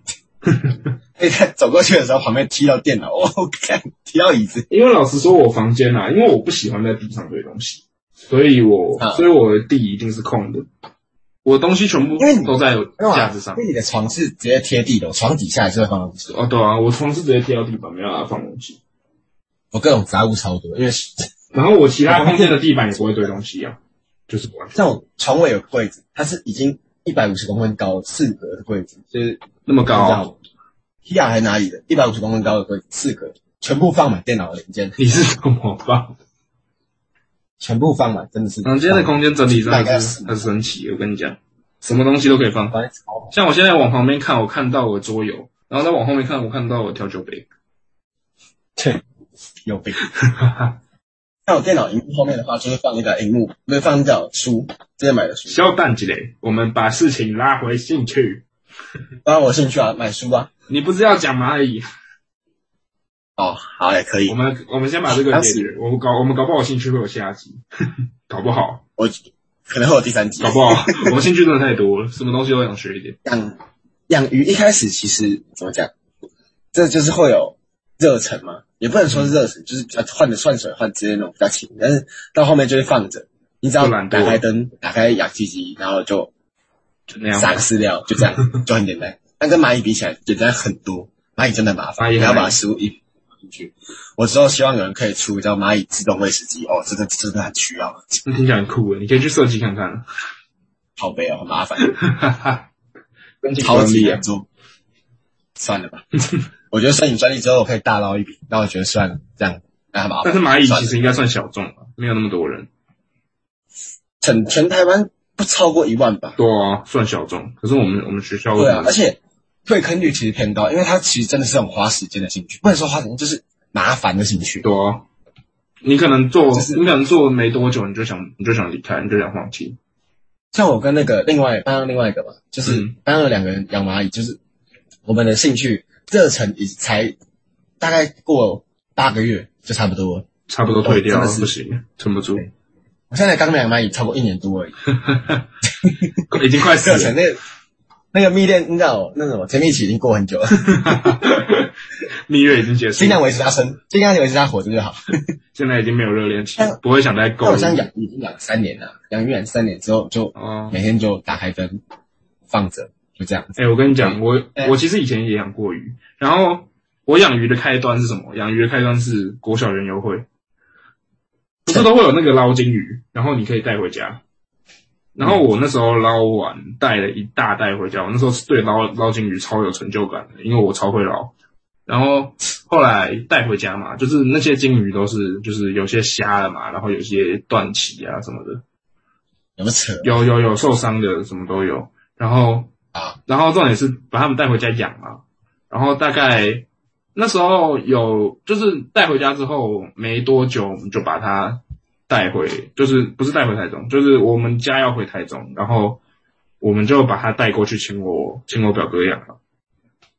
S2: 所以它走过去的时候旁边踢到电脑， 我、哦、看踢到椅子，
S1: 因为老实说，我房间啊，因为我不喜欢在地上堆东西，所以我、
S2: 啊
S1: 所以我的地一定是空的，我东西全部
S2: 因为你啊
S1: 都在架子上
S2: 因。为你的床是直接贴地的，我床底下也是会放东西，
S1: 哦，对啊，我床是直接贴到地板，没办法放东西。
S2: 我各种杂物超多，因为
S1: 然后我其他空间的地板也不会堆东西啊，就是完全
S2: 像我床尾有柜子，它是已经一百五十公分高四格的柜子，就是
S1: 那么高、哦
S2: 你知道吗，IKEA 还是哪里的，一百五十公分高的柜子，四格，全部放满电脑的零件。
S1: 你是怎么放？
S2: 全部放满，真的是。
S1: 房间的空间整理真
S2: 大概
S1: 的
S2: 是
S1: 是很神奇，我跟你讲，什么东西都可以放。
S2: 房间超满
S1: 像我现在往旁边看，我看到我桌游，然后再往后面看，我看到我调酒杯。
S2: 对，有 病。那我电脑荧幕后面的话，就是放一个荧幕，不是放一个书，之前买的书。
S1: 小蛋之类，我们把事情拉回兴趣。
S2: 当然我有兴趣啊，买书啊。
S1: 你不是要讲蚂蚁？
S2: 哦，好嘞，可以
S1: 我。们我们先把这个解决。我们搞我们搞不好兴趣会有下集， 搞不好
S2: 我可能会有第三集。
S1: 搞不好 我们兴趣真的太多了，什么东西都想学一点。
S2: 养养鱼一开始其实怎么讲，这就是会有热忱嘛，也不能说是热忱，就是比较换的换水换之类那种比较勤，但是到后面就会放着。你只要
S1: 就懒惰
S2: 打开灯，打开氧气机，然后就
S1: 就那样吧
S2: 撒个饲料，就这样，就很简单。但跟蚂蚁比起来，简单很多。蚂蚁真的麻
S1: 蚂
S2: 烦，
S1: 蚁
S2: 你
S1: 很
S2: 要
S1: 难
S2: 把食物一进去。我之后希望有人可以出叫蚂蚁自动喂食机，哦，这个真的很需要，
S1: 那听起来很酷欸诶，你可以去设计看看。
S2: 好悲哦，很麻烦，
S1: 哈哈，申请
S2: 超
S1: 专
S2: 级
S1: 利啊
S2: 难！做。算了吧，我觉得申请专利之后我可以大捞一笔，那我觉得算了，这样那很麻
S1: 但
S2: 烦。
S1: 是蚂蚁
S2: 算
S1: 其
S2: 了
S1: 实应该算小众吧，没有那么多人。
S2: 整全台湾不超过一万吧？
S1: 对啊，算小众。可是我们我们学校
S2: 对啊，而且退坑率其实偏高，因为它其实真的是很花时间的兴趣，不能说花时间，就是麻烦的兴趣。
S1: 对啊，你可能做，
S2: 就是
S1: 你可能做没多久，你就想你就想离开，你就想放弃。
S2: 像我跟那个另外班上另外一个嘛，就是
S1: 嗯
S2: 班上有两个人养蚂蚁，就是我们的兴趣热忱也才大概过八个月就差不多了。
S1: 差不多退掉
S2: 哦真
S1: 了，
S2: 的是
S1: 不行，撑不住，
S2: 我现在刚养蚂蚁超过一年多而已，
S1: 已经快死
S2: 热忱
S1: 了。
S2: 那个那个蜜恋，你知道那什么甜蜜期已经过 很久了，
S1: 蜜月已经结束
S2: 尽，量维持它生，尽量维持它活着就好。
S1: 现在已经没有热恋期
S2: 但，
S1: 不会想再
S2: 那
S1: 购
S2: 我像
S1: 物。
S2: 养鱼已经养三年了，养鱼养三年之后就
S1: 哦，
S2: 每天就打开灯放着，就这样子。
S1: 哎、我跟你讲，我
S2: 哎
S1: 我其实以前也养过鱼，然后我养鱼的开端是什么？养鱼的开端是国小园游会，不是都会有那个捞金鱼，然后你可以带回家。然后我那时候捞完带了一大袋回家，我那时候是对捞捞金鱼超有成就感的，因为我超会捞。然后后来带回家嘛，就是那些金鱼都是就是有些瞎了嘛，然后有些断鳍啊什么的，
S2: 有没有扯？
S1: 有有有受伤的，什么都有。然后
S2: 啊，
S1: 然后重点是把他们带回家养嘛。然后大概那时候有，就是带回家之后没多久，我们就把它带回，就是不是带回台中，就是我们家要回台中，然后我们就把它带过去，请我请我表哥养了。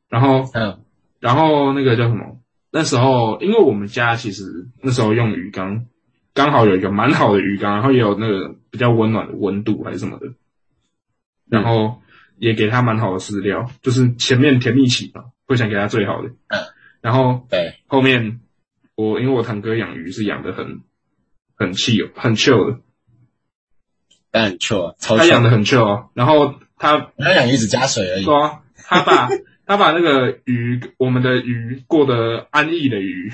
S1: 然后
S2: 嗯，
S1: 然后那个叫什么？那时候因为我们家其实那时候用鱼缸，刚好有一个蛮好的鱼缸，然后也有那个比较温暖的温度还是什么的，然后也给它蛮好的饲料，就是前面甜蜜期嘛，会想给它最好的
S2: 嗯。
S1: 然后
S2: 对，
S1: 后面我因为我堂哥养鱼是养的很很 chill 很 chill 的，
S2: 当然错，超
S1: 他
S2: 错
S1: 养的很 chill 啊，然后他
S2: 他养鱼只加水而已
S1: 对。啊，他把他把那个鱼，我们的鱼过得安逸的鱼，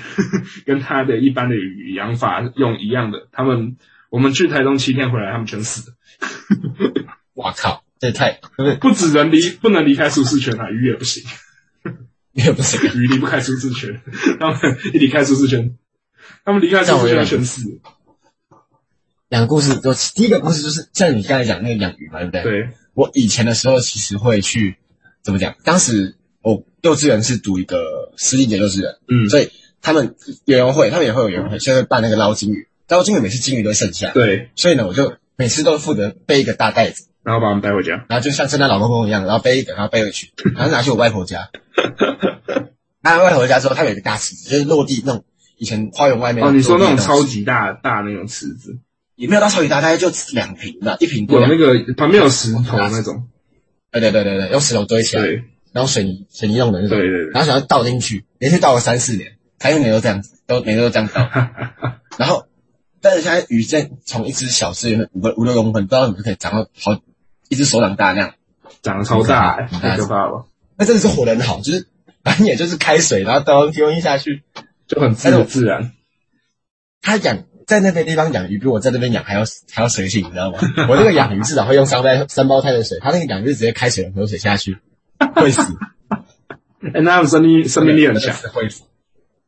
S1: 跟他的一般的鱼养法用一样的。他们我们去台中七天回来，他们全死了，
S2: 哇靠，这也太不是
S1: 不止人离不能离开舒适圈啊，鱼也不行，
S2: 也不是
S1: 鱼离不开舒适圈，他们一离开舒适圈，他们离开舒适圈全死了。
S2: 两个故事，就第一个故事就是像你刚才讲那个养鱼嘛，对不对？。
S1: 对，
S2: 我以前的时候其实会去怎么讲？当时我幼稚园是读一个私立的幼稚园，
S1: 嗯，
S2: 所以他们园游会，他们也会有园游会，现在办那个捞金鱼，捞金鱼每次金鱼都会剩下，
S1: 对，
S2: 所以呢，我就每次都负责背一个大袋子，
S1: 然后把我们带回家。
S2: 然后就像圣诞老公公一样，然后背一个，然后背回去，然后拿去我外婆 家。拿到外婆家之后，他有一个大池子，就是落地那种以前花园外面
S1: 哦，你说那种
S2: 落地
S1: 超
S2: 池
S1: 级大大那种池子，
S2: 也没有到超级大，大概就两瓶吧，一瓶多
S1: 有
S2: 两
S1: 那
S2: 瓶。
S1: 个旁边有石头那种，
S2: 对对对对对，用石头堆起来，
S1: 对，
S2: 然后水泥水泥弄的那种，
S1: 对对对
S2: 然后想要倒进去，连续倒了三四年，台湾每都这样子，都每天都这样 倒。然后，但是现在鱼在从一只小只，原本五个五六公分，不知道怎么就可以长到好一只手掌大那样。
S1: 长得超大、欸，
S2: 很大
S1: 太可怕了吧，
S2: 那真的是活得很好，就是反正也就是开水，然后倒丢一下去。
S1: 就很
S2: 但是
S1: 自
S2: 我
S1: 自然。
S2: 他养在那边地方养鱼，比我在那边养还要还要随性，你知 道吗？我这个养鱼至少会用三胞胎三胞胎的水，他那个养鱼是直接开水龙头水下去，会死。
S1: 哎、那他们生命生命力很强，，
S2: 会死，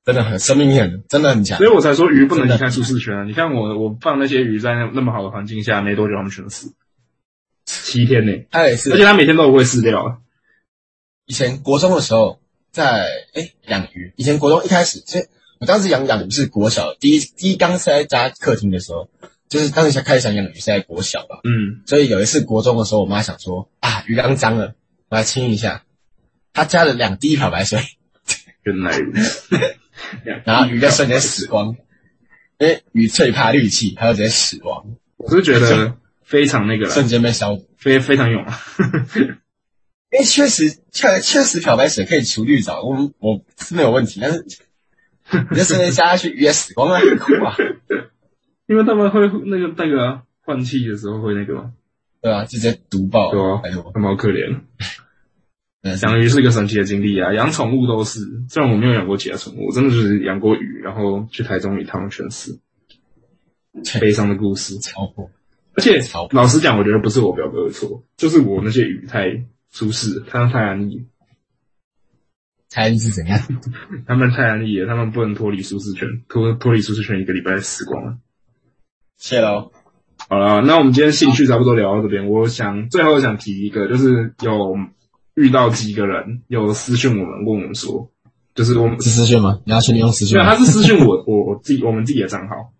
S2: 真的很生命力很真的很强
S1: 所以。我才说鱼不能离开舒适圈啊！你看我我放那些鱼在那那么好的环境下，没多久它们全死，七天内，
S2: 他也是
S1: 而且，它每天都有喂饲料啊。
S2: 以前国中的时候在哎养鱼，以前国中一开始，其实我当时养养鱼是国小第一第一刚是在家客厅的时候，就是当时才开始想养鱼是在国小吧，
S1: 嗯，
S2: 所以有一次国中的时候，我妈想说啊鱼缸脏了，我来清一下，她加了两滴漂白水，
S1: 原来如此。
S2: 然后鱼在瞬间死光，因为鱼最怕氯气，它就直接死亡，
S1: 我是觉得非常那个
S2: 瞬
S1: 了，
S2: 间被消毒。
S1: 非非常勇啊。
S2: 因为哎确实确确实漂白水可以除绿藻，我们我是没有问题，但 是你这瞬间加下去鱼也死光了，很酷啊！
S1: 因为他们会那个那个啊换气的时候会那个嘛，
S2: 对啊，就直接毒爆
S1: 对啊
S2: 了，哎呦，
S1: 他们好可怜。
S2: 真的是
S1: 养鱼是一个神奇的经历啊，养宠物都是。虽然我没有养过其他宠物，我真的就是养过鱼，然后去台中一趟全死，悲伤的故事。
S2: 超酷，
S1: 而且
S2: 超
S1: 老实讲，我觉得不是我表哥的错，就是我那些鱼太舒适，他们太安逸，
S2: 猜是怎样？
S1: 他们太安逸了，他们不能脱离舒适圈，脱脱离舒适圈一个礼拜死光了。
S2: 谢喽，
S1: 好了，那我们今天兴趣差不多聊到这边，我想最后想提一个，就是有遇到几个人有私讯我们，问我们说，就是 我们，
S2: 是私讯吗？你要确定用私讯
S1: 对，
S2: 吗
S1: 他是私讯我我我自己我们自己的账号，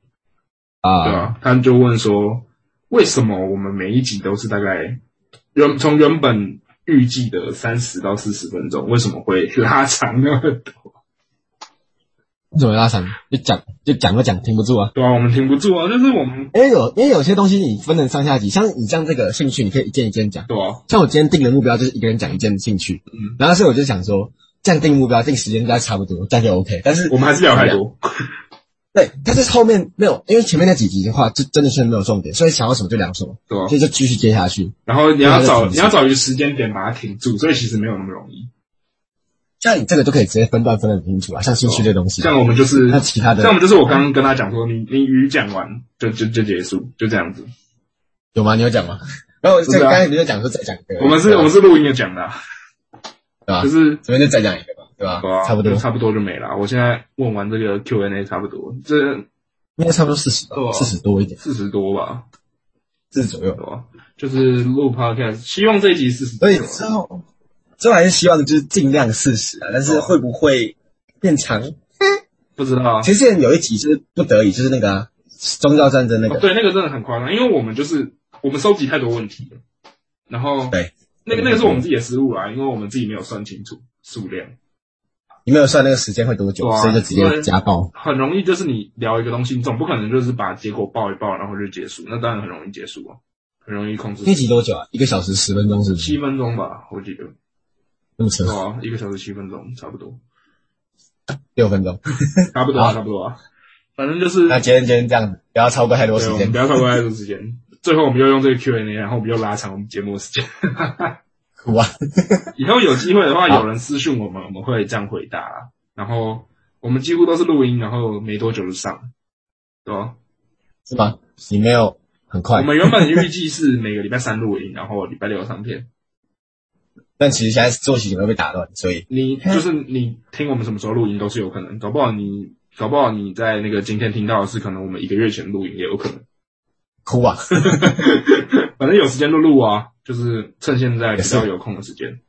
S1: 对
S2: 啊？
S1: 啊，他就问说，为什么我们每一集都是大概原从原本预计的三十到四十分钟，为什么会拉长那么多？
S2: 为什么拉长？就讲就讲就讲，停不住啊！
S1: 对啊，我们停不住啊，就是我们
S2: 因为有因为有些东西你分成上下集，像你像这个兴趣，你可以一件一件讲。
S1: 对啊，
S2: 像我今天定的目标就是一个人讲一件兴趣，
S1: 嗯
S2: 然后所以我就想说，这样定目标定时间大概差不多，这样就 OK。但是啊
S1: 我们还是聊太多，
S2: 对，但是后面没有，因为前面那几集的话，就真的是没有重点，所以想到什么就聊什么，
S1: 对啊
S2: 所，以就继续接下去。
S1: 然后你要
S2: 对
S1: 找
S2: 对对
S1: 你要找一个时间点把它停住，所以其实没有那么容易。
S2: 像你这个就可以直接分段分得很清楚啊，像兴趣这东西，
S1: 像我们就是
S2: 那其他的
S1: 像我们就是我刚刚跟他讲说，你你语讲完就就就结束，就这样子。
S2: 有吗？你有讲吗？然后我
S1: 不
S2: 这
S1: 是啊
S2: 个刚才你就讲说再讲一个，
S1: 我们是
S2: 对吧啊
S1: 我们是录音的讲的啊，
S2: 对吧？
S1: 就是
S2: 这边就再讲一个吧，对吧
S1: 对啊？
S2: 差不多
S1: 就，差不多就没了。我现在问完这个 Q&A 差不多，这
S2: 应该差不多四十
S1: 对啊，
S2: 四十多一点，
S1: 四十多吧，
S2: 四十左右
S1: 对。吧？就是录 podcast，希望这一集四十。
S2: 所以之后，之后还是希望就是尽量四十啊，但是会不会变长？
S1: 哦不知道啊，
S2: 其实之前有一集就是不得已，就是那个、啊、宗教战争那
S1: 哦
S2: 个，
S1: 对，那个真的很夸张，因为我们就是我们收集太多问题了，然后
S2: 对，
S1: 那个那个是我们自己的失误啊，因为我们自己没有算清楚数量。
S2: 你没有算那个时间会多久，
S1: 对啊
S2: 所以就直接加爆。
S1: 很容易就是你聊一个东西，你总不可能就是把结果报一报，然后就结束，那当然很容易结束啊，很容易控制
S2: 那。集多久啊？一个小时十分钟是不
S1: 七
S2: 是？
S1: 分钟吧，我记
S2: 嗯
S1: 得，
S2: 那么扯
S1: 对，啊，一个小时七分钟，差不多，
S2: 六分钟。
S1: 差不多啊，差不多啊，反正就是，
S2: 那今天今天这样子，不要超过太多
S1: 对，
S2: 时
S1: 我们
S2: 间
S1: 不。要超过太多时间。最后我们又用这个 Q&A，然后我们又拉长我们节目的时间。
S2: 哭啊！
S1: 以后有机会的话，
S2: 好
S1: 有人私讯我们，我们会这样回答啊。然后我们几乎都是录音，然后没多久就上，对吧、
S2: 是吗？你没有很快
S1: 我，们原本预计是每个礼拜三录音，然后礼拜六上片。
S2: 但其实现在作息有没有被打乱？所以
S1: 你就是你听我们什么时候录音都是有可能，搞不好你搞不好你在那个今天听到的是可能我们一个月前录音也有可能，
S2: 哭啊！
S1: 反正有时间就录啊，就是趁现在比
S2: 也
S1: 较
S2: 是
S1: 有空的时间。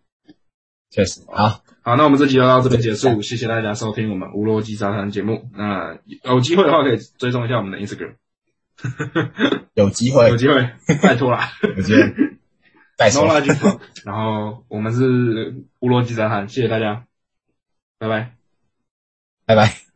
S2: 确实，好，
S1: 好，那我们这集就到这边结束，谢谢大家收听我们无逻辑杂谈节目。那有机会的话可以追踪一下我们的 Instagram，
S2: 有机会
S1: 有，机会拜托啦
S2: 有 机会，再
S1: ，No
S2: 说
S1: l，o g i 然后我们是无逻辑杂谈，谢谢大家，拜拜。
S2: 拜拜。